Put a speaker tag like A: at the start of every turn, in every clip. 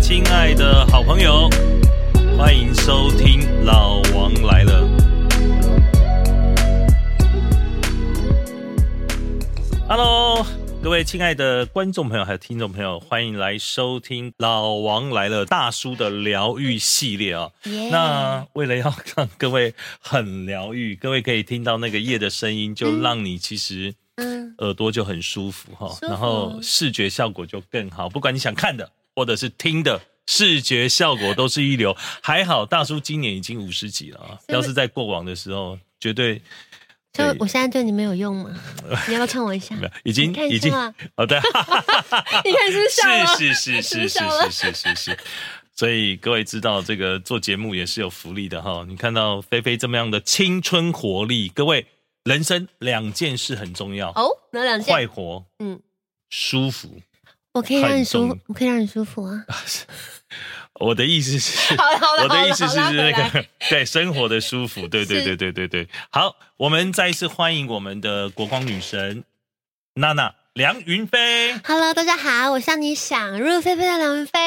A: 亲爱的好朋友，欢迎收听《老王来了》。Hello，各位亲爱的观众朋友还有听众朋友，欢迎来收听《老王来了》大叔的疗愈系列啊、
B: 耶
A: 那为了要让各位很疗愈，各位可以听到那个夜的声音，就让你其实
B: 嗯，
A: 耳朵就很舒服哈，
B: 服
A: 然后视觉效果就更好。不管你想看的或者是听的，视觉效果都是一流。还好大叔今年已经五十几了啊，
B: 是不是
A: 要是在过往的时候，绝对
B: 所以
A: 对
B: 我现在对你没有用 吗？你要不要看我一下？
A: 没有已经
B: 你看
A: 已经
B: 是吗
A: 好的，
B: 你看是不是笑了？
A: 是是是是是
B: 笑了
A: 是是是是。所以各位知道，这个做节目也是有福利的哈。你看到菲菲这么样的青春活力，各位人生两件事很重要：
B: 哦，哪两件？
A: 快活，
B: 嗯，
A: 舒服。
B: 我可以让你舒
A: 看
B: 服
A: 中，
B: 我可以让你舒服 啊。
A: 我的意思是，
B: 好了好了
A: 我的意思
B: 好
A: 是
B: 了
A: 是那
B: 好了
A: 个 对生活的舒 服，对对对
B: 是
A: 对对对。好，我们再一次欢迎我们的国光女神娜娜梁云飞。
B: Hello，大家好，我向你想入非非的梁云飞，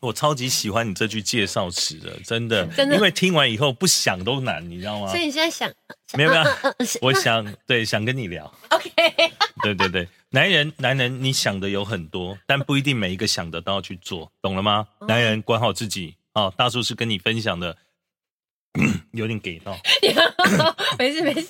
A: 我超级喜欢你这句介绍词的，真的，
B: 真的
A: 因为听完以后不想都难，你知道吗
B: 所？以你现在想
A: 没有没有
B: 嗯嗯嗯是
A: 我想对想跟你聊，
B: OK，
A: 对对对，男人男人你想的有很多，但不一定每一个想的都要去做，懂了吗？
B: 嗯
A: 男人管好自己啊、大叔是跟你分享的， 有点给到。
B: 没事没 事，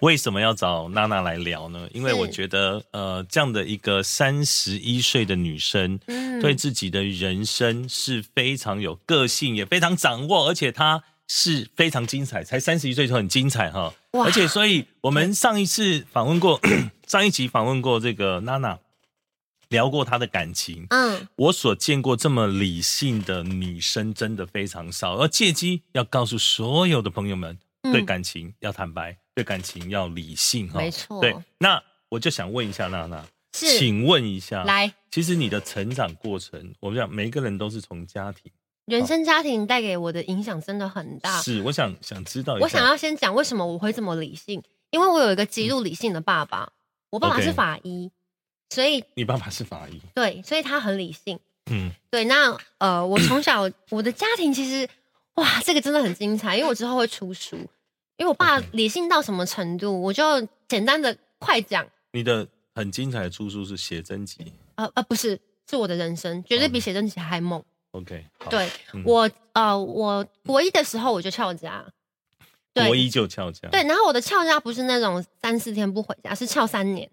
A: 为什么要找娜娜来聊呢？因为
B: 是
A: 我觉得，呃，这样的一个三十一岁的女生，
B: 嗯
A: 对自己的人生是非常有个性，也非常掌握，而且她是非常精彩，才三十一岁就很精彩哈。
B: 哇
A: 而且，所以我们上一次访问过， 上一集访问过这个娜娜，聊过她的感情，
B: 嗯，
A: 我所见过这么理性的女生真的非常少，而借机要告诉所有的朋友们，
B: 嗯
A: 对感情要坦白，对感情要理性哈。
B: 没错
A: 对，那我就想问一下娜娜，
B: 是
A: 请问一下，
B: 来，
A: 其实你的成长过程，我们讲每一个人都是从家庭，
B: 原生家庭带给我的影响真的很大。
A: 是我想想知道一下，
B: 我想要先讲为什么我会这么理性，因为我有一个极度理性的爸爸，我爸爸
A: 嗯 OK
B: 是法医，所以
A: 你爸爸是法医，
B: 对，所以他很理性。
A: 嗯，
B: 对，那呃，我从小我的家庭其实哇，这个真的很精彩，因为我之后会出书，因为我爸
A: OK
B: 理性到什么程度，我就简单的快讲，
A: 你的很精彩的出书是写真集
B: 呃呃，不是，是我的人生，绝对比写真集还梦。
A: ，OK，好，
B: 对
A: 嗯
B: 我呃，我国一的时候我就翘家，
A: 国
B: 对
A: 一就翘家，
B: 对，，然后我的翘家不是那种三四天不回家，是翘三年。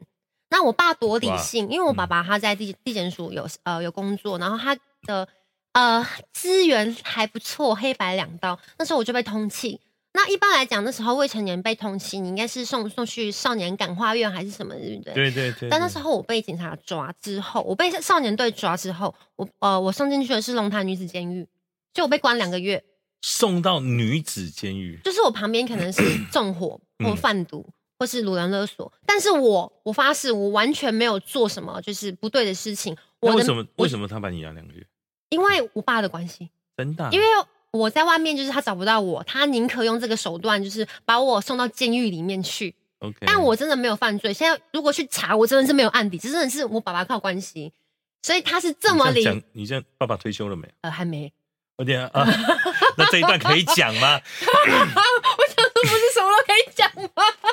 B: 那我爸多理性，因为我
A: 嗯
B: 爸爸他在地地检署有呃有工作，然后他的呃资源还不错，黑白两道。那时候我就被通缉。那一般来讲，那时候未成年被通缉，你应该是送送去少年感化院还是什么，对不对？
A: 对对对，
B: 但那时
A: 候
B: 候我被警察抓之后，我被少年队抓之后，我呃我送进去的是龙潭女子监狱，就我被关两个月。
A: 送到女子监狱，
B: 就是我旁边 可能是纵火
A: 嗯
B: 或贩毒，或是掳人勒索，但是我我发誓我完全没有做什么就是不对的事情。
A: 那
B: 我的
A: 为什么
B: 我
A: 为什么他把你养两个月？
B: 因为我爸的关系，
A: 真的啊、
B: 因为我在外面就是他找不到我，他宁可用这个手段就是把我送到监狱里面去。
A: OK，
B: 但我真的没有犯罪，现在如果去查，我真的是没有案底，这真的是我爸爸靠关系，所以他是这么
A: 你
B: 理
A: 样讲，你这样爸爸退休了没有？
B: 呃还没，
A: 有点啊， 那这一段可以讲吗？ 嗯
B: 我想说不是什么都可以讲吗？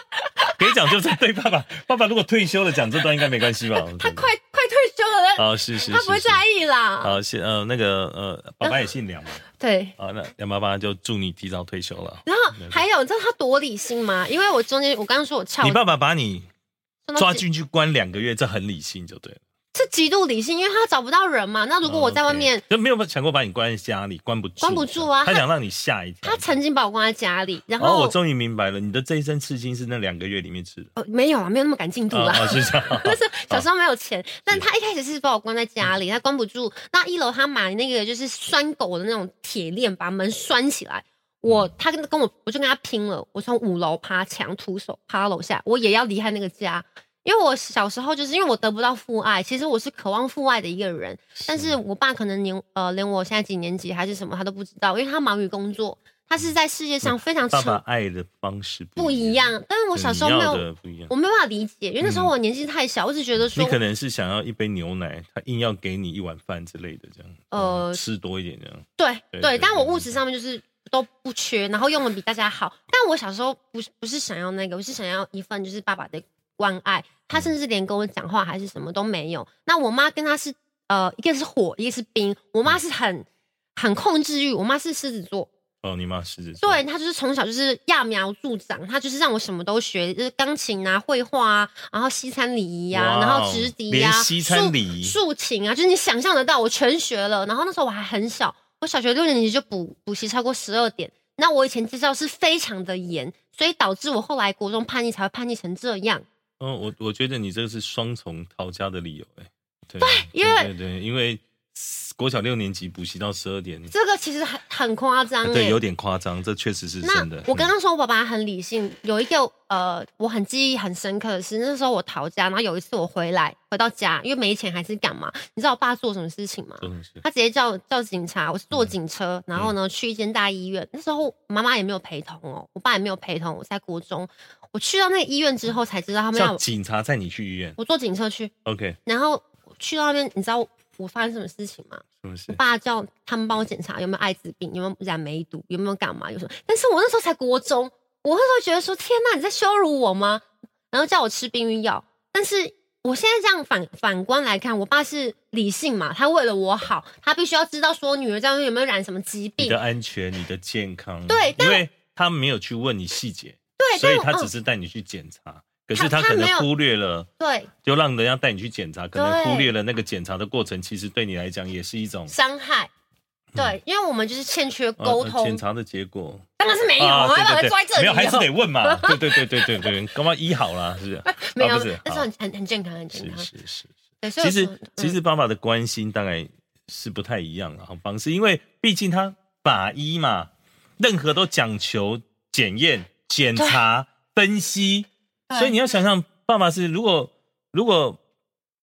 A: 可以讲就是对爸爸，爸爸如果退休了讲这段应该没关系吧？
B: 他快快退休了，
A: 啊、哦，是是是，
B: 他不会
A: 是
B: 在意啦。
A: 好，是呃那个呃，爸爸也姓梁嘛，
B: 对，
A: 啊，那梁爸爸就祝你提早退休了。
B: 然后还有，你知道他多理性吗？因为我中间我刚刚说我翘，
A: 你爸爸把你
B: 送到
A: 抓
B: 极，
A: 进去关两个月，这很理性就对了。
B: 是极度理性，因为他找不到人嘛。那如果我在外面，
A: 哦 OK，就没有想过把你关在家里，关不住，
B: 关不住啊
A: 他
B: 他
A: 想让你吓一跳。
B: 他曾经把我关在家里，然
A: 哦，
B: 后
A: 我终于明白了，你的这一身刺青是那两个月里面吃的。
B: 呃没有啊，没有那么赶进度
A: 啊，
B: 啦。
A: 哦是这 样。
B: 但是小时候没有钱，但他一开始是把我关在家里，他关不住。那一楼他买那个就是拴狗的那种铁链，把门拴起来。我
A: 嗯
B: 他跟跟我我就跟他拼了，我从五楼爬墙，徒手爬到楼下，我也要离开那个家。因为我小时候就是因为我得不到父爱，其实我是渴望父爱的一个人，但是我爸可能连呃连我现在几年级还是什么他都不知道，因为他忙于工作，它是在世界上非常
A: 爸
B: 成
A: 爸爱的方式
B: 不一
A: 样，
B: 样。但是我
A: 对
B: 小
A: 你
B: 时候没
A: 要
B: 有，
A: 的不一样。
B: 我没办法理解，因为那时候我年纪太小，我只觉得
A: 你
B: 说，
A: 可能是想要一杯牛奶，他硬要给你一碗饭之类的，这样
B: 呃
A: 嗯吃多一点这样。
B: 对
A: 对
B: 对，
A: 对
B: 但我
A: 对
B: 物质上面就是都不缺，然后用的比大家好。但我小时候不是不是想要那个，我是想要一份就是爸爸的关爱。他
A: 嗯
B: 甚至连跟我讲话还是什么都没有。那我妈跟他是呃，一个是火，一个是冰。
A: 嗯
B: 我妈是很很控制欲，我妈是狮子座，
A: 哦，你妈狮子座，
B: 对，他就是从小就是揠苗助长，他就是让我什么都学，就是钢琴啊、绘画啊，然后西餐礼仪啊，
A: 哇哦
B: 然后直笛啊、
A: 连西餐礼仪
B: 竖竖琴啊，就是你想象得到，我全学了。然后那时候我还很小，我小学六年级就补补习超过十二点。那我以前家教是非常的严，所以导致我后来国中叛逆才会叛逆成这样。
A: 嗯，我我觉得你这是双重逃家的理由、哎，对，
B: 因为
A: 对对对因为国小六年级补习到十二点，
B: 这个其实很很夸张、欸，
A: 啊对，有点夸张，这确实是
B: 那
A: 真的。
B: 我刚
A: 嗯
B: 刚说我爸爸很理性，有一个呃，我很记忆很深刻的是，那时候我逃家，然后有一次我回来回到家，因为没钱还是干嘛？你知道我爸做什么事情吗？
A: 真的是
B: 他直接叫叫警察，我是坐警车，然
A: 嗯
B: 后呢去一间大医院。那时候妈妈也没有陪同哦，我爸也没有陪同，我在国中。我去到那个医院之后才知道他们要
A: 叫
B: 我
A: 警察载你去医院
B: 我坐警车去，
A: ，OK，
B: 然后去到那边，你知道我我发生什么事情吗？
A: 是不
B: 我
A: 是？
B: 爸叫他们帮我检查有没有艾滋病，有没有染梅毒，有没有干嘛，有什么。但是我那时候才国中，我那时候觉得说，天呐，你在羞辱我吗？然后叫我吃避孕药。但是我现在这样反反观来看，我爸是理性嘛，他为了我好，他必须要知道说女儿这样有没有染什么疾
A: 你
B: 病。
A: 的安全，你的健康，
B: 对但
A: 因为他没有去问你细节，
B: 对，
A: 所以
B: 但
A: 他
B: 我
A: 只
B: 嗯、
A: 是带你去检查，可是他
B: 他他
A: 可
B: 没
A: 能
B: 有
A: 忽略了。
B: 对
A: 就让人家带你去检查，可
B: 对
A: 能忽略了那个检查的过程，其实对你来讲也是一种
B: 伤害。对，因为我们就是欠缺
A: 呃嗯
B: 沟
A: 呃
B: 通，
A: 检查的结果。
B: 当然是没有，
A: 啊
B: 我还把
A: 对
B: 它
A: 对
B: 拽
A: 对
B: 这里
A: 没有
B: 哦，
A: 还是得问嘛。对对对对对 对，干嘛医好啦？是不是？
B: 没有
A: 啊不是，
B: 那时
A: 好
B: 候很很很健康，很健
A: 是
B: 康。
A: 是是。
B: 对，所以
A: 其
B: 我说嗯
A: 实其实爸爸的关心大概是不太一样的方式，因为毕竟他法医嘛，任何都讲求检验、检查、分析，
B: 对
A: 所以你要想象爸爸是如果如果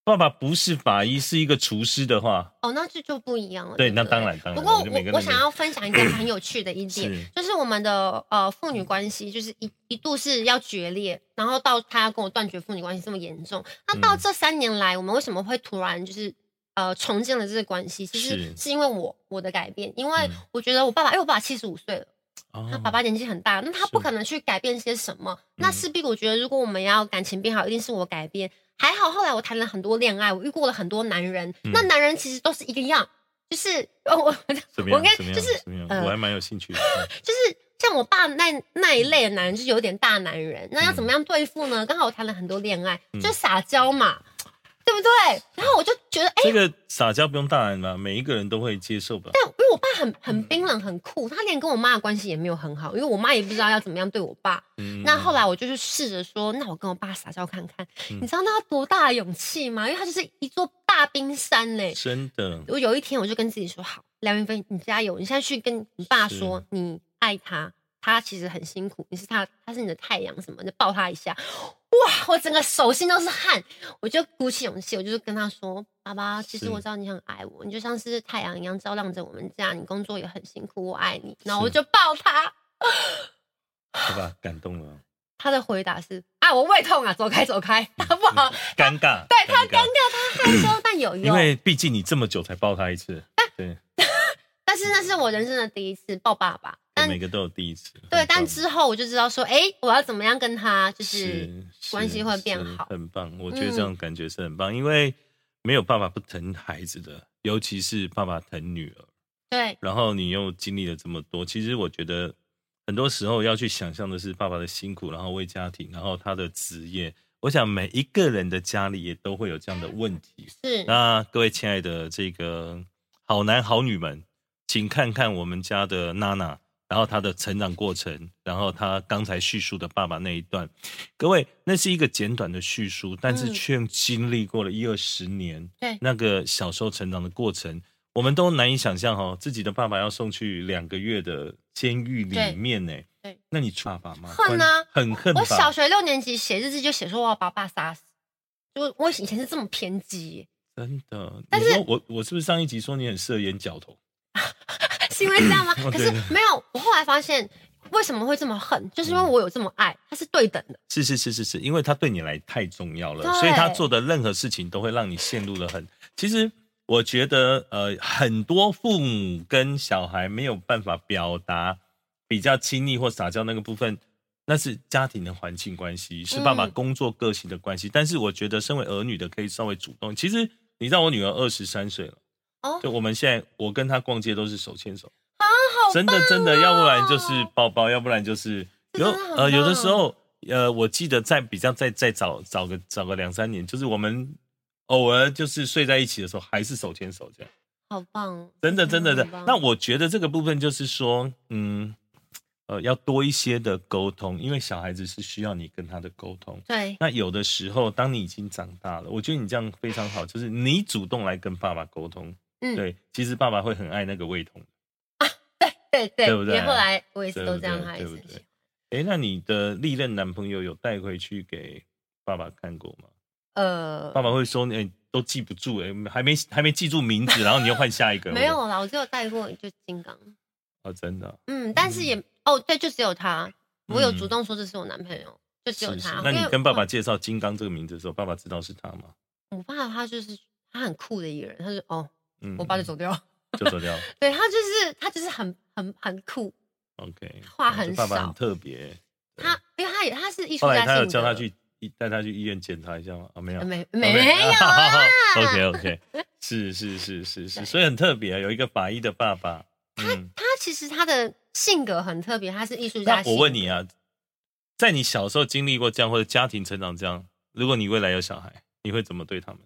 A: 爸爸不是法医，是一个厨师的话，
B: 哦，那这就不一样了。
A: 对
B: 不
A: 那当然当然
B: 不过
A: 我就每个人
B: 我我
A: 都
B: 想要分享一个很有趣的一 点，
A: 是
B: 就是我们的呃父女关系，就是一一度是要决裂，然后到他要跟我断绝父女关系这么严重。那到
A: 嗯
B: 这三年来，我们为什么会突然就是呃重建了这个关系？其实
A: 是
B: 是因为我我的改变，因为
A: 嗯
B: 我觉得我爸爸，因为我爸爸七十五岁了，
A: 哦
B: 他爸爸年纪很大，那他
A: 是嗯
B: 不可能去改变些什么。那势必我觉得，如果我们要感情变好，一定是我改变。还好后来我谈了很多恋爱，我遇过了很多男人，
A: 嗯
B: 那男人其实都是一个样，就是呃我
A: 怎么样
B: 我应该？
A: 怎么样？
B: 就是
A: 怎么样？
B: 呃
A: 我还蛮有兴 趣的。嗯
B: 就是像我爸那那一类的男人，就是有点大男人。那要
A: 嗯
B: 怎么样对付呢？刚好我谈了很多恋爱，就撒娇嘛，对不对？然后我就觉得，哎、
A: 这个撒娇不用大人吧，每一个人都会接受吧。
B: 但因为我爸很
A: 嗯
B: 很冰冷很酷，他连跟我妈的关系也没有很好，因为我妈也不知道要怎么样对我爸。
A: 嗯
B: 那后来我就是试着说，那我跟我爸撒娇看看，
A: 嗯
B: 你知道那要多大的勇气吗？因为他就是一座大冰山嘞、
A: 真的，
B: 我有一天我就跟自己说，好，梁云飞，你加油！你现在去跟你爸说，你爱他，他其实很辛苦，你是他，他是你的太阳什么，你就抱他一下。哇，我整个手心都是汗，我就鼓起勇气，我就跟他说：“爸爸，其实
A: 是
B: 我知道你很爱我，你就像是太阳一样照亮着我们家，你工作也很辛苦，我爱你。”然后我
A: 是
B: 就抱他，
A: 爸爸感动了，
B: 他的回答是：“啊，我胃痛啊，走开走开， 好不好？”
A: 嗯尴尬，
B: 对他尴尬，他害羞，但有
A: 因
B: 用。
A: 为毕竟你这么久才抱他一次，
B: 啊
A: 对，
B: 但是那是我人生的第一次抱爸爸，但
A: 每个都有第一次。
B: 对，
A: 很棒
B: 但之后我就知道说，哎、我要怎么样跟他就是
A: 是
B: 关系会变
A: 是
B: 好嗯
A: 很棒。我觉得这种感觉是很棒，因为没有爸爸不疼孩子的，尤其是爸爸疼女儿。
B: 对
A: 然后你又经历了这么多，其实我觉得很多时候要去想象的是爸爸的辛苦，然后为家庭，然后他的职业。我想每一个人的家里也都会有这样的问题。
B: 是
A: 那各位亲爱的这个好男好女们，请看看我们家的娜娜，然后她的成长过程，然后她刚才叙述的爸爸那一段，各位那是一个简短的叙述，但是
B: 嗯
A: 却经历过了一二十年，
B: 对
A: 那个小时候成长的过程，我们都难以想象哦，自己的爸爸要送去两个月的监狱里面呢。
B: 对对，
A: 那你爸爸吗？
B: 恨啊
A: 很恨吧。
B: 我小学六年级写日记就写说我要把爸杀死，就我以前是这么偏激，
A: 真的，
B: 但
A: 你
B: 是
A: 说我我是不是上一集说你很适合演角头？
B: 是因为这样 吗？
A: 我
B: 可
A: 觉
B: 是
A: 得
B: 没有，我后来发现为什么会这么恨，就是因
A: 嗯
B: 为我有这么爱，它是对等的。
A: 是是是是是，因为他对你来太重要了，
B: 对
A: 所以他做的任何事情都会让你陷入了很。其实我觉得，呃，很多父母跟小孩没有办法表达比较亲密或撒娇那个部分，那是家庭的环境关系，是爸爸
B: 嗯
A: 工作个性的关系。但是我觉得，身为儿女的可以稍微主动。其实你知道，我女儿二十三岁了，
B: 哦啊
A: 就我们现在我跟她逛街都是手牵手。
B: 好哦
A: 真的真的，要不然就是抱抱，要不然就是
B: 这
A: 有
B: 真的很
A: 呃有的
B: 棒
A: 时候呃，我记得在比较再再早早个早个两三年，就是我们偶尔就是睡在一起的时候，还是手牵手这样，
B: 好棒，哦
A: 真的真的的
B: 嗯很棒。
A: 那我觉得这个部分就是说，嗯。呃，要多一些的沟通，因为小孩子是需要你跟他的沟通。
B: 对
A: 那有的时候，当你已经长大了，我觉得你这样非常好，就是你主动来跟爸爸沟通。
B: 嗯
A: 对，其实爸爸会很爱那个味同。
B: 对对，
A: 对不对
B: 因为后来我也是
A: 对
B: 都
A: 不
B: 这样，
A: 对
B: 他也
A: 对
B: 是
A: 不对哎，那你的历任男朋友有带回去给爸爸看过吗？
B: 呃
A: 爸爸会说，哎、都记不住、哎，还没还没记住名字，然后你又换下一个。
B: 没有啦，我只有带过就金刚，
A: 我说哦，真的哦、
B: 嗯，但是也、哦对，就只有他，我有
A: 嗯
B: 主动说这是我男朋友，就只有
A: 是是
B: 他。
A: 那
B: 因
A: 你
B: 为
A: 跟爸爸
B: 我，
A: 介绍金刚这个名字的时候，爸爸知道是他吗？
B: 我爸他就是他很酷的一个人，他就哦，
A: 嗯
B: 我爸就走掉，
A: 就走掉。
B: 对他就是他就是很很很酷，
A: OK，
B: 话
A: 哦
B: 很
A: 这爸爸
B: 少
A: 很特别。对
B: 他因为他也他是艺术
A: 后来
B: 家性格，呃
A: 他有叫他去带他去医院检查一下吗？啊，没有，
B: 没没 有啊，
A: OK OK，是是是是 是，所以很特别啊，有一个法医的爸爸。嗯。
B: 他其实他的性格很特别，他是艺术家
A: 那
B: 性
A: 我
B: 格。
A: 问你啊，在你小时候经历过这样，或者家庭成长这样，如果你未来有小孩，你会怎么对他们？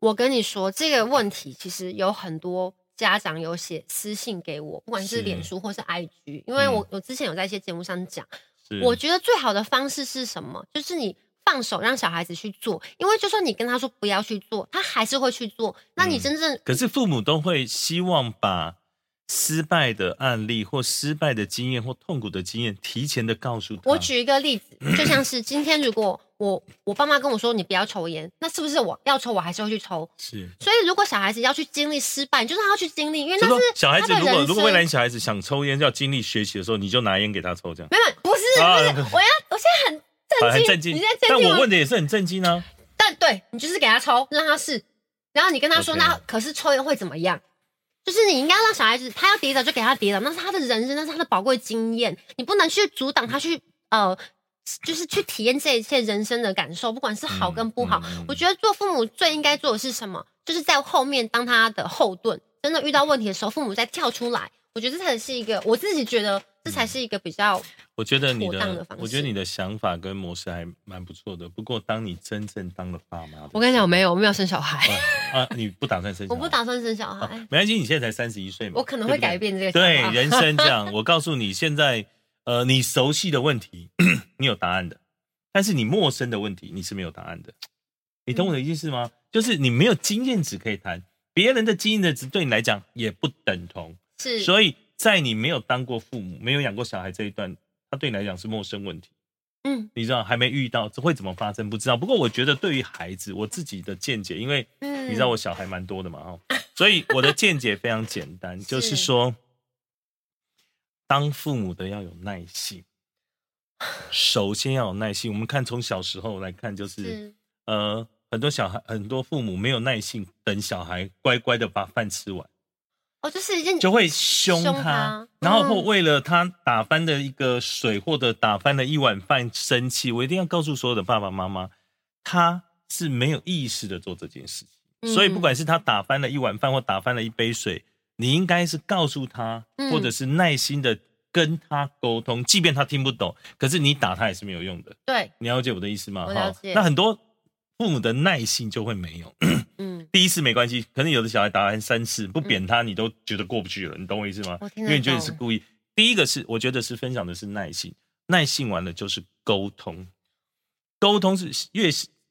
B: 我跟你说这个问题，其实有很多家长有写私信给我，不管是
A: 是
B: 脸书或是 IG，因为我、
A: 嗯
B: 我之前有在一些节目上讲，
A: 是，
B: 我觉得最好的方式是什么？就是你放手让小孩子去做，因为就算你跟他说不要去做，他还是会去做。那你
A: 嗯
B: 真正、
A: 可是父母都会希望把失败的案例或失败的经验或痛苦的经验提前的告诉他。
B: 我举一个例子，就像是今天如果我我爸妈跟我说你不要抽烟，那是不是我要抽我还是会去抽？
A: 是，
B: 所以如果小孩子要去经历失败，你就让他去经历，因为
A: 就是
B: 那
A: 说
B: 是
A: 小孩子
B: 他的
A: 如果
B: 人
A: 如果未来
B: 生
A: 你小孩子想抽烟要经历学习的时候，你就拿烟给他抽，这样。
B: 没有不是不是，
A: 啊
B: 我要我现在很
A: 啊很
B: 震
A: 震
B: 惊，
A: 惊，
B: 你在震
A: 但
B: 惊吗
A: 我问的也是很震惊啊。
B: 但对你就是给他抽，让他试，然后你跟他说
A: OK
B: 那可是抽烟会怎么样？就是你应该让小孩子，他要跌倒就给他跌倒，那是他的人生，那是他的宝贵经验，你不能去阻挡他去呃，就是去体验这一切人生的感受，不管是好跟不好。
A: 嗯嗯嗯
B: 我觉得做父母最应该做的是什么？就是在后面当他的后盾，真的遇到问题的时候，父母再跳出来。我觉得这才是一个，我自己觉得这才是一个比较
A: 我觉得你
B: 妥当的
A: 的
B: 方，式
A: 我觉得你的想法跟模式还蛮不错的。不过，当你真正当了爸妈的时候，
B: 我跟你讲，我没有，我没有生小孩，
A: 啊，啊你不打算生小
B: 我
A: 孩？
B: 不打算生小
A: 啊
B: 孩，
A: 没关系，你现在才三十一岁嘛，
B: 我可能
A: 对
B: 会
A: 不对
B: 改。变这个想
A: 对
B: 法。
A: 人生这样，我告诉你，现在呃，你熟悉的问题你有答案的，但是你陌生的问题你是没有答案的。你懂我
B: 嗯
A: 的意思吗？就是你没有经验值可以谈，别人的经验值对你来讲也不等同，
B: 是，
A: 所以在你没有当过父母、没有养过小孩这一段，它对你来讲是陌生问题。
B: 嗯
A: 你知道还没遇到，这会怎么发生不知道。不过我觉得对于孩子，我自己的见解，因为
B: 嗯，
A: 你知道我小孩蛮多的嘛，哦，所以我的见解非常简 单，就是说，当父母的要有耐心，首先要有耐心。我们看从小时候来看，就是
B: 是
A: 呃，很多小孩，很多父母没有耐心，等小孩乖乖的把饭吃完，
B: 哦，就是一 件
A: 就会凶
B: 凶
A: 他，
B: 他
A: 然后
B: 嗯
A: 或为了他打翻的一个水或者打翻了一碗饭生气。我一定要告诉所有的爸爸妈妈，他是没有意识的做这件事
B: 嗯
A: 情。所以不管是他打翻了一碗饭或打翻了一杯水，你应该是告诉他
B: 嗯，
A: 或者是耐心的跟他沟通，即便他听不懂，可是你打他也是没有用的。
B: 对，
A: 你了解我的意思吗？
B: 我了解
A: 那很多父母的耐性就会没有。
B: 嗯，
A: 第一次没关系，可能有的小孩打完三次不扁他，你都觉得过不去了，你懂我意思吗
B: 我？听
A: 因
B: 得
A: 为你觉得是
B: 懂
A: 故意。第一个是我觉得是分享的是耐性，耐性完了就是沟通，沟通是越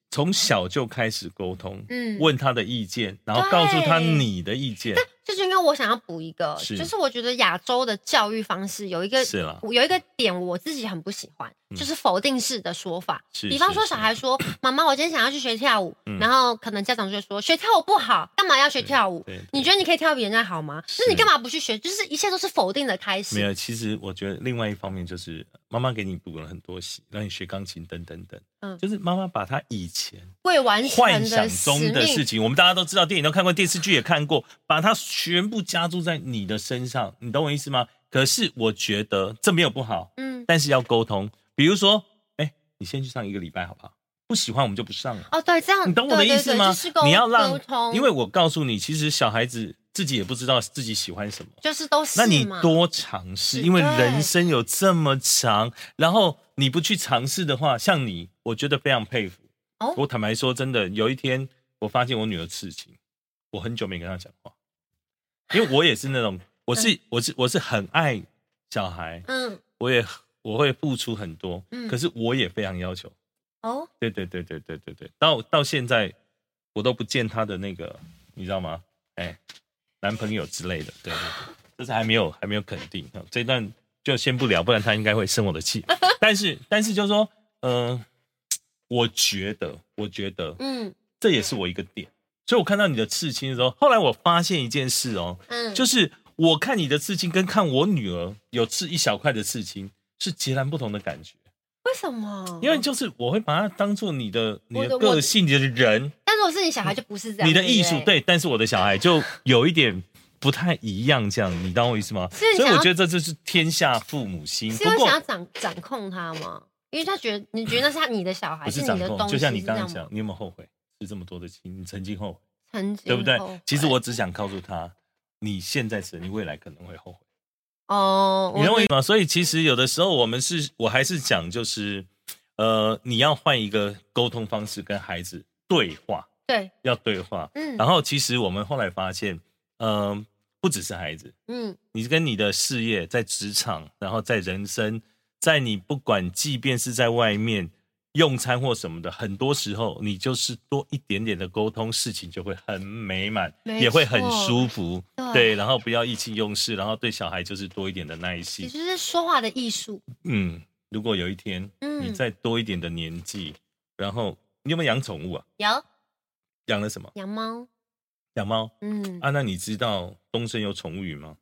A: 从小就开始沟通，
B: 嗯
A: 问他的意见，然后告诉他
B: 对
A: 你的意见，
B: 就是因为我想要补一个，
A: 是
B: 就是我觉得亚洲的教育方式有一个
A: 是啦嗯
B: 有一个点我自己很不喜欢，就是否定式的说法。
A: 是
B: 比方说，
A: 是嗯
B: 小孩说：“妈妈，我今天想要去学跳舞。然后可能家长就会说：“学跳舞不好，干嘛要学跳舞
A: 对对？
B: 你觉得你可以跳比人家好吗？
A: 是
B: 那你干嘛不去学？”就是一切都是否定的开
A: 没
B: 始。
A: 有，其实我觉得另外一方面就是妈妈给你补了很多习，让你学钢琴等等等。
B: 嗯
A: 就是妈妈把她以前
B: 未完
A: 幻
B: 成
A: 想
B: 的使
A: 中的事
B: 命，
A: 情，我们大家都知道，电影都看过，电视剧也看过，把它全部加注在你的身上，你懂我意思吗？可是我觉得这没有不好，
B: 嗯，
A: 但是要沟通。比如说，哎，你先去上一个礼拜好不好？不喜欢我们就不上了。
B: 哦，对，这样
A: 你懂我的
B: 对对
A: 意思
B: 对
A: 吗
B: 就是沟？
A: 你要让
B: 沟通，，
A: 因为我告诉你，其实小孩子自己也不知道自己喜欢什么。
B: 就是都是
A: 那你
B: 嘛
A: 多尝试，
B: 是
A: 因为
B: 对
A: 人生有这么长，然后你不去尝试的话，像你，我觉得非常佩服。
B: 哦
A: 我坦白说，真的，有一天我发现我女儿刺青，我很久没跟她讲话，因为我也是那 种，我是我是我是很爱小孩，
B: 嗯
A: 我也我会付出很多，
B: 嗯
A: 可是我也非常要求。
B: 哦，
A: 对对对对对对对，到到现在我都不见她的那个，你知道吗？哎，男朋友之类的，对对对，这是还没有还没有肯定，哦这段就先不聊，不然她应该会生我的气。但是但是就是说，嗯、我觉得我觉得
B: 嗯
A: 这也是我一个点，所以我看到你的刺青的时候，后来我发现一件事哦，
B: 嗯，
A: 就是我看你的刺青跟看我女儿有刺一小块的刺青是截然不同的感觉。
B: 为什么？
A: 因为就是我会把它当做你的你
B: 我的
A: 的
B: 我的
A: 个性、你的人、
B: 但是我是你小孩就不是这样，
A: 你的
B: 不
A: 艺术，对。但是我的小孩就有一点不太一样，这样你懂我意思吗？
B: 所以你
A: 所以
B: 想
A: 我
B: 要
A: 觉得这就是天下父母心。
B: 是
A: 不
B: 因为想要
A: 过
B: 掌掌控他吗？因为他觉得你觉得那是他你的小孩，
A: 不是
B: 你
A: 掌
B: 的
A: 控，
B: 东西，
A: 就像你刚刚
B: 是这样吗，
A: 讲，你有没有后悔吃这么多的青？你曾经后悔，
B: 曾经
A: 对不对
B: 后悔？
A: 其实我只想告诉他，你现在吃，你未来可能会后悔。
B: 哦，
A: 你认为吗？所以其实有的时候我们是，我还是讲就是，呃，你要换一个沟通方式跟孩子对话，
B: 对，
A: 要对话。
B: 嗯
A: 然后其实我们后来发现，嗯、不只是孩子，
B: 嗯
A: 你跟你的事业、在职场，然后在人生，在你不管，即便是在外面用餐或什么的，很多时候你就是多一点点的沟通，事情就会很美满，
B: 没
A: 也会很
B: 错嗯
A: 舒服。
B: 对
A: 然后不要意气用事，然后对小孩就是多一点的耐心
B: 其。实是说话的艺术，
A: 嗯，如果有一天、
B: 嗯
A: 你再多一点的年纪，然后你有没有养宠物啊？
B: 有
A: 养了什么？
B: 养猫，
A: 养猫。
B: 嗯，
A: 啊，那你知道东升有宠物云吗？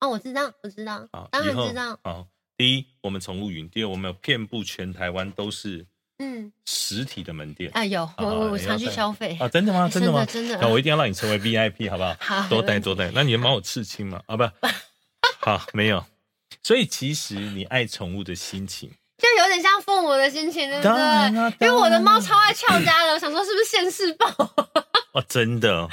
B: 哦，我知道，我知道
A: 啊，，
B: 当
A: 以
B: 然
A: 后
B: 知道，
A: 好，第一，我们宠物云；第二，我们有遍布全台湾都是
B: 嗯，
A: 实体的门店。
B: 啊，有，我
A: 好
B: 我我
A: 也要
B: 常去
A: 带
B: 消费，
A: 啊，真的吗？真的吗？
B: 哎真的真的
A: 那我一定要让你成为 VIP，好不好？
B: 好
A: 多带多带。那你的猫有刺青吗？啊，不，好，没有。所以其实你爱宠物的心情，
B: 就有点像父母的心情，对不
A: 当然啊
B: 对？因为我的
A: 当然啊
B: 猫超爱翘家的，我想说是不是现世报？
A: 哦，真的，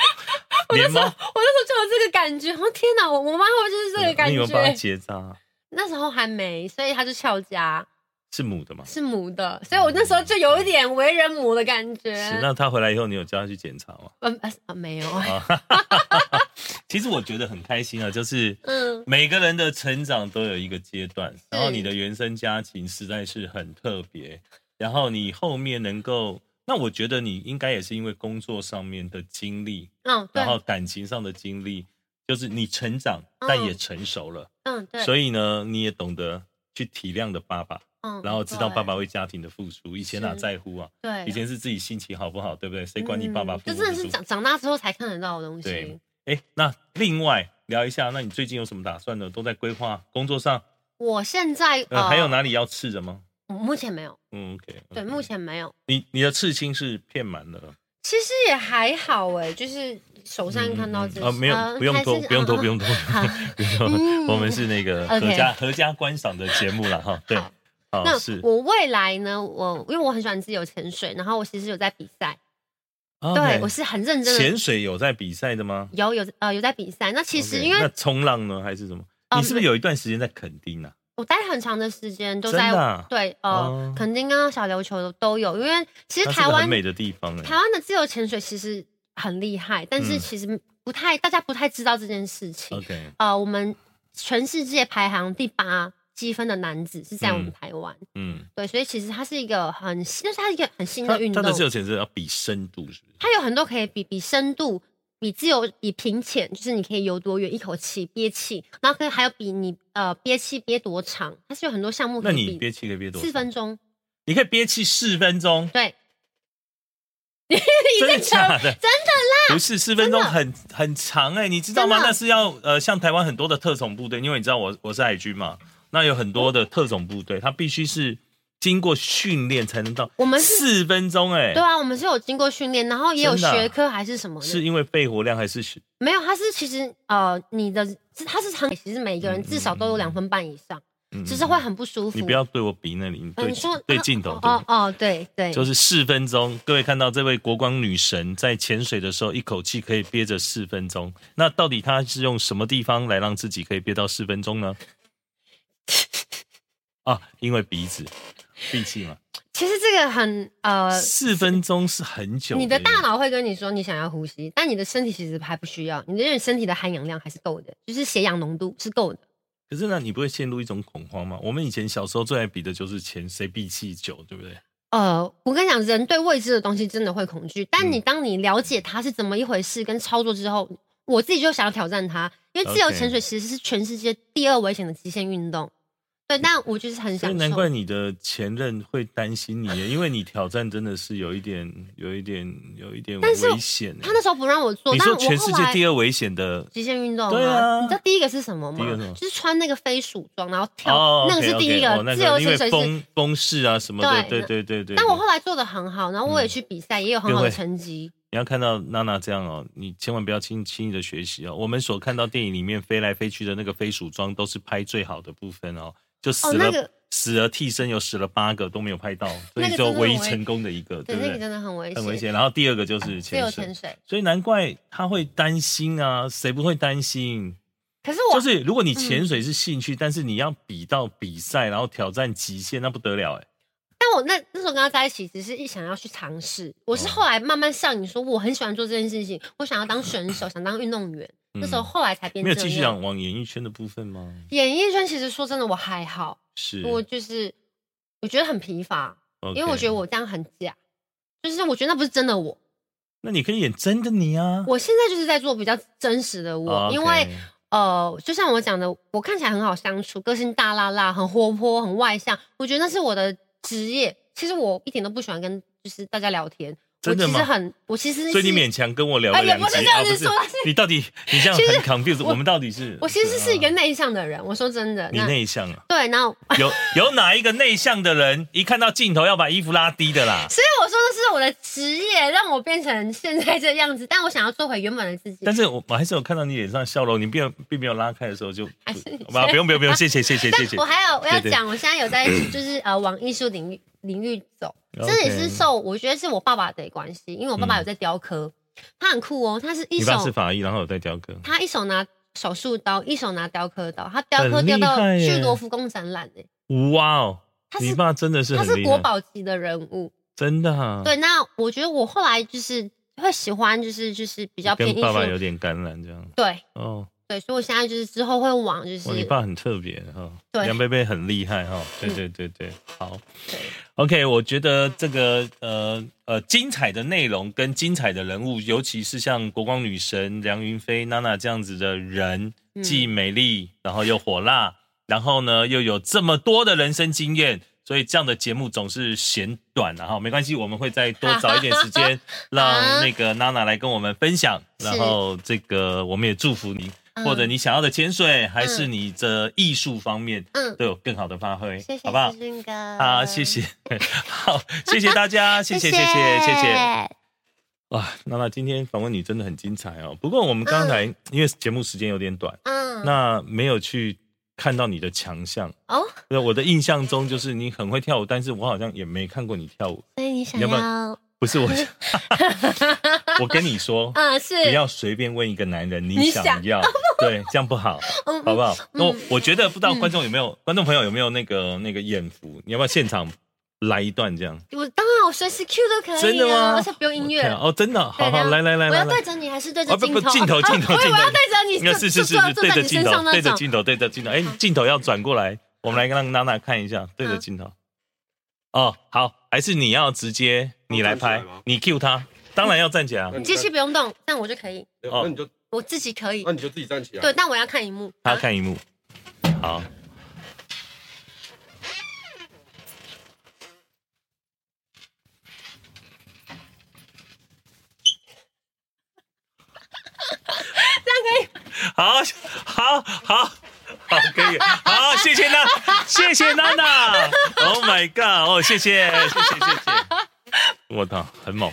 A: 连猫，
B: 我那时候就有这个感觉，我天哪，我我妈会不会就是这个感
A: 嗯你有没有帮它
B: 觉？
A: 结扎？
B: 那时候还没，所以她就翘家，
A: 是母的吗？
B: 是母的，所以我那时候就有一点为人母的感觉。
A: 是。那它回来以后，你有叫它去检查吗？
B: 嗯呃啊没有，
A: 其实我觉得很开心啊，就是
B: 嗯，
A: 每个人的成长都有一个阶段，然后你的原生家庭实在是很特别，然后你后面能够，那我觉得你应该也是因为工作上面的经历，
B: 嗯对
A: 然，后感情上的经历，就是你成长，
B: 嗯
A: 但也成熟了，
B: 嗯对，
A: 所
B: 以
A: 以呢，你也懂得去体谅的爸爸，
B: 嗯，
A: 然后知道
B: 对
A: 爸爸为家庭的付出，以前哪
B: 是
A: 在乎啊？
B: 对
A: 以前是自己心情好不好，对不对？谁管你爸爸
B: 嗯
A: 父
B: 就
A: 母
B: 真的
A: 的
B: 是
A: 付出？
B: 长长大之后才看得到的东
A: 对
B: 西。
A: 哎，那另外聊一下，那你最近有什么打算呢？都在规划工作上。
B: 我现在
A: 呃，还有？哪里要刺的吗？
B: 我目前没有，
A: 嗯，OK，
B: 啊对，目前没有。
A: 你你的刺青是片满了，
B: 其实也还好哎，就是手上看到这呃
A: 啊，没有，不用拖，不用拖，不。用 拖， 不用拖
B: 嗯
A: 我们是那个
B: OK
A: 合家合家观赏的节目了哈，对，
B: 好
A: 好
B: 还是嗯嗯
A: 是
B: 那，我未来呢？我因为我很喜欢自由潜水，然后我其实有在比赛，对
A: 啊 OK
B: 我是很认真的，
A: 潜水有在比赛的吗？
B: 有有呃有在比赛。那其实
A: OK，
B: 因为
A: 那冲浪呢还是什么？
B: 哦
A: 你是不是有一段时间在垦丁啊？
B: 我待很长的时间都
A: 真
B: 在、
A: 的啊
B: 对呃
A: 哦，
B: 垦、丁啊、小琉球都有，因为其实
A: 那是
B: 台
A: 个
B: 湾
A: 很美的地方
B: 台
A: 哎，
B: 湾的自由潜水其实很厉害，但是
A: 嗯哦
B: 其实不太、大家不太知道这件事情。
A: OK，
B: 呃，我们全世界排行第八积分的男子是在我们
A: 嗯
B: 台湾，
A: 嗯，
B: 对，所以其实它是一个很新，就是它是一个很新
A: 它
B: 的运
A: 它
B: 动
A: 的，自由潜水要比深度是不是？
B: 它有很多可以比比深度。比自由比平浅，就是你可以游多远，一口气憋气，然后可以还有比你呃憋气憋多长，它是有很多项目可
A: 那
B: 以
A: 你
B: 比
A: 憋气可以憋多？
B: 四分，钟，
A: 你可以憋气四分钟，
B: 对，
A: 真的
B: 在讲
A: 假的？
B: 真的
A: 不是四分钟很很长哎、你知道吗？
B: 真的
A: 那是要呃，像台湾很多的特种部队，因为你知道我我是海军嘛，那有很多的特种部队，它必须是经过训练才能到。
B: 我们是
A: 四分钟哎、
B: 对啊，我们是有经过训练，然后也有
A: 真的啊
B: 学科还是什么的，
A: 是因为肺活量还是是
B: 没有，它是其实呃你的是它是很其实每一个人
A: 嗯
B: 至少都有两分半以上，
A: 嗯
B: 只是会很不舒服。
A: 你不要对我比那里，你
B: 嗯，
A: 对、
B: 你说
A: 对
B: 啊
A: 镜头
B: 哦哦哦，对对，
A: 就是四分钟。各位看到这位国光女神在潜水的时候，一口气可以憋着四分钟。那到底她是用什么地方来让自己可以憋到四分钟呢？ 啊，因为鼻子闭气嘛。
B: 其实这个很呃，
A: 四分钟是很久。
B: 你的大，脑会跟你说你想要呼吸，但你的身体其实还不需要，你的身体的含氧量还是够的，就是血氧浓度是够的。
A: 可是呢，你不会陷入一种恐慌吗？我们以前小时候最爱比的就是钱，谁闭气久，对不对？
B: 呃，我跟你讲，人对未知的东西真的会恐惧，但你
A: 嗯
B: 当你了解它是怎么一回事跟操作之后，我自己就想要挑战它，因为自由
A: OK
B: 潜水其实是全世界第二危险的极限运动。对，但我就是很
A: 所
B: 享
A: 以
B: 受。
A: 难怪你的前任会担心你耶，因为你挑战真的是有一点、有一点、有一点
B: 但是
A: 危险耶。
B: 他那时候不让我做，
A: 你
B: 但
A: 说
B: 我
A: 全世
B: 后
A: 界
B: 来
A: 第二危险的
B: 极限运动吗？
A: 对啊
B: 你知道第一个是什么
A: 第一个是什
B: 吗
A: 么？
B: 就是穿那个飞鼠装，然后跳，
A: 哦，
B: 那个是
A: OK，OK，
B: 第一个、
A: 哦那
B: 自由
A: 因为
B: 潜水是。
A: 风风势啊什么的，
B: 对
A: 对对对对。
B: 但我
A: 对嗯
B: 后来做的很好，然后我也去比赛，也有很好的成 绩。
A: 你要看到娜娜这样哦，你千万不要轻轻易的学习哦。我们所看到电影里面飞来飞去的那个飞鼠装，都是拍最好的部分哦，就死
B: 哦
A: 了、
B: 那个
A: 死了替身有死了八个都没有拍到，所
B: 那
A: 以
B: 个
A: 就
B: 真的
A: 唯一
B: 很危
A: 成功的一个，
B: 对，
A: 不
B: 那个真
A: 对？
B: 的很危险，啊
A: 很危险。然后第二个就是
B: 自由
A: 潜
B: 潜
A: 水，
B: 水。
A: 所以难怪他会担心啊，谁不会担心？
B: 可是
A: 就
B: 我
A: 是如果你潜水是兴趣，但是你要比到比赛，然后挑战极限，那不得了哎。
B: 但我那那时候跟他在一起，只是一想要去尝试。我是
A: 哦
B: 后来慢慢像你说，我很喜欢做这件事情，我想要当选手，想当运动员。那时候
A: 嗯
B: 后来才变
A: 没有
B: 这
A: 继续
B: 样。
A: 讲往演艺圈的部分吗？
B: 演艺圈其实说真的，我还好，
A: 是，
B: 我就是我觉得很疲乏，因为我觉得
A: OK，
B: 我这样很假，就是我觉得那不是真的我。
A: 那你可以演真的你啊。
B: 我现在就是在做比较真实的我，
A: 哦 OK
B: 因为呃，就像我讲的，我看起来很好相处，个性大辣辣，很活泼，很外向。我觉得那是我的职业。其实我一点都不喜欢跟就是大家聊天，
A: 真的
B: 我其
A: 吗
B: 实很，我其实
A: 所以你
B: 是
A: 勉强跟我聊
B: 哎
A: 了
B: 也
A: 两
B: 不是
A: 集
B: 这样
A: 啊，
B: 子
A: 不是
B: 说但是
A: 你到底你这样
B: 其实
A: 很 confused，
B: 我
A: 我们到底是？
B: 我其实是一个
A: 啊
B: 内向的人。我说真的，
A: 你
B: 那
A: 内向啊，
B: 对，然后
A: 有有哪一个内向的人一看到镜头要把衣服拉低的啦？
B: 所以我说的 是我的职业让我变成现在这样子，但我想要做回原本的自己
A: 但。是我我还是有看到你脸上笑容，你并并没有拉开的时候就
B: 还是你，
A: 不用不用不用，谢谢谢谢谢谢
B: 我。还有我要
A: 对对
B: 讲，我现在 有在就是呃往艺术领域领域走，这
A: OK 嗯
B: 也是受我觉得是我爸爸的关系，因为我爸爸有在雕刻，他很酷哦，他是一
A: 你爸是
B: 手
A: 法医，然后有在雕刻，
B: 他一手拿手术刀，一手拿雕刻刀，他雕刻
A: 很厉
B: 雕
A: 害
B: 到
A: 耶
B: 去罗浮宫展览诶，
A: 哇哦，
B: 他
A: 你
B: 是
A: 爸真的是
B: 他
A: 很
B: 是
A: 厉
B: 国
A: 害，
B: 宝级的人物。
A: 真的啊，
B: 对，那我觉得我后来就是会喜欢，就是就是比较偏
A: 跟
B: 艺
A: 爸爸有
B: 术，
A: 点感染这样
B: 对
A: 哦。
B: 对，所以我现在就是之后会往就是
A: 哇，你爸很特别哈，
B: 对
A: 梁贝贝很厉害哈，对
B: 嗯
A: 对对对，好
B: 对
A: ，OK，我觉得这个呃呃精彩的内容跟精彩的人物，尤其是像国光女神梁云飞、娜娜这样子的人，
B: 嗯
A: 既美丽，然后又火辣，然后呢又有这么多的人生经验。所以这样的节目总是嫌短啊，哈，没关系，我们会再多找一点时 间让那个娜娜来跟我们分享，
B: 啊是
A: 然后这个我们也祝福你，
B: 嗯
A: 或者你想要的潜水，还是你这艺术方面
B: 嗯，
A: 都有更好的发挥，
B: 谢谢
A: 好不好
B: 志？俊哥，
A: 好，啊谢，谢， 好，谢谢大 家，谢谢，谢谢，谢谢。哇，娜娜今天访问你真的很精彩哦。不过我们刚才因为节目时间有点短，
B: 嗯，
A: 那没有去看到你的强项。
B: 哦，
A: 那我的印象中就是你很会跳舞，但是我好像也没看过你跳舞。
B: 所以你想
A: 你要不要
B: 要
A: 不 是我，我跟你说，
B: 嗯，是
A: 不要随便问一个男人
B: 你
A: 你
B: 想
A: 想 要，对，这样不好。
B: 嗯
A: 好不好？那我
B: 嗯
A: 我觉得不知道观众有没有、观众朋友有没有那个那个艳福，你要不要现场来一段这样？
B: 我当然我随时 Q 都可以、啊，
A: 真的吗？
B: 而且不用音
A: 我
B: 乐
A: 天。啊哦，真的，好
B: 对
A: 好，
B: 然后
A: 来来来
B: 我
A: 来
B: 要
A: 来
B: 对。着你，还是对
A: 啊
B: 着
A: 不
B: 镜
A: 不
B: 头？
A: 镜头
B: 哦
A: 镜头
B: 哦我以为
A: 镜头
B: 要对着你，
A: 那
B: 就是
A: 是是
B: 坐
A: 是，
B: 坐
A: 对
B: 在
A: 着
B: 你
A: 镜
B: 身上
A: 头，
B: 那
A: 对着
B: 种。嗯
A: 镜头，对着镜头。哎，镜头要转过来，我们来让娜娜看一下，对着
B: 好
A: 镜头。哦，好，还是你要直接你来
C: 我站起来
A: 拍
C: 吗，
A: 你 Q 他，当然要站起来啊
B: 你，机器不用动，但我就可以，
A: 哦
C: 呃那你就
B: 我自己可以
C: 那。你就自己站起来。
B: 对，，但我要看荧幕。
A: 他看一幕，好，
B: 这样可以。
A: 好，好，好，好，可以，好，谢谢娜，谢谢娜娜，Oh my god，哦，谢谢，谢谢，谢谢，我操，很猛。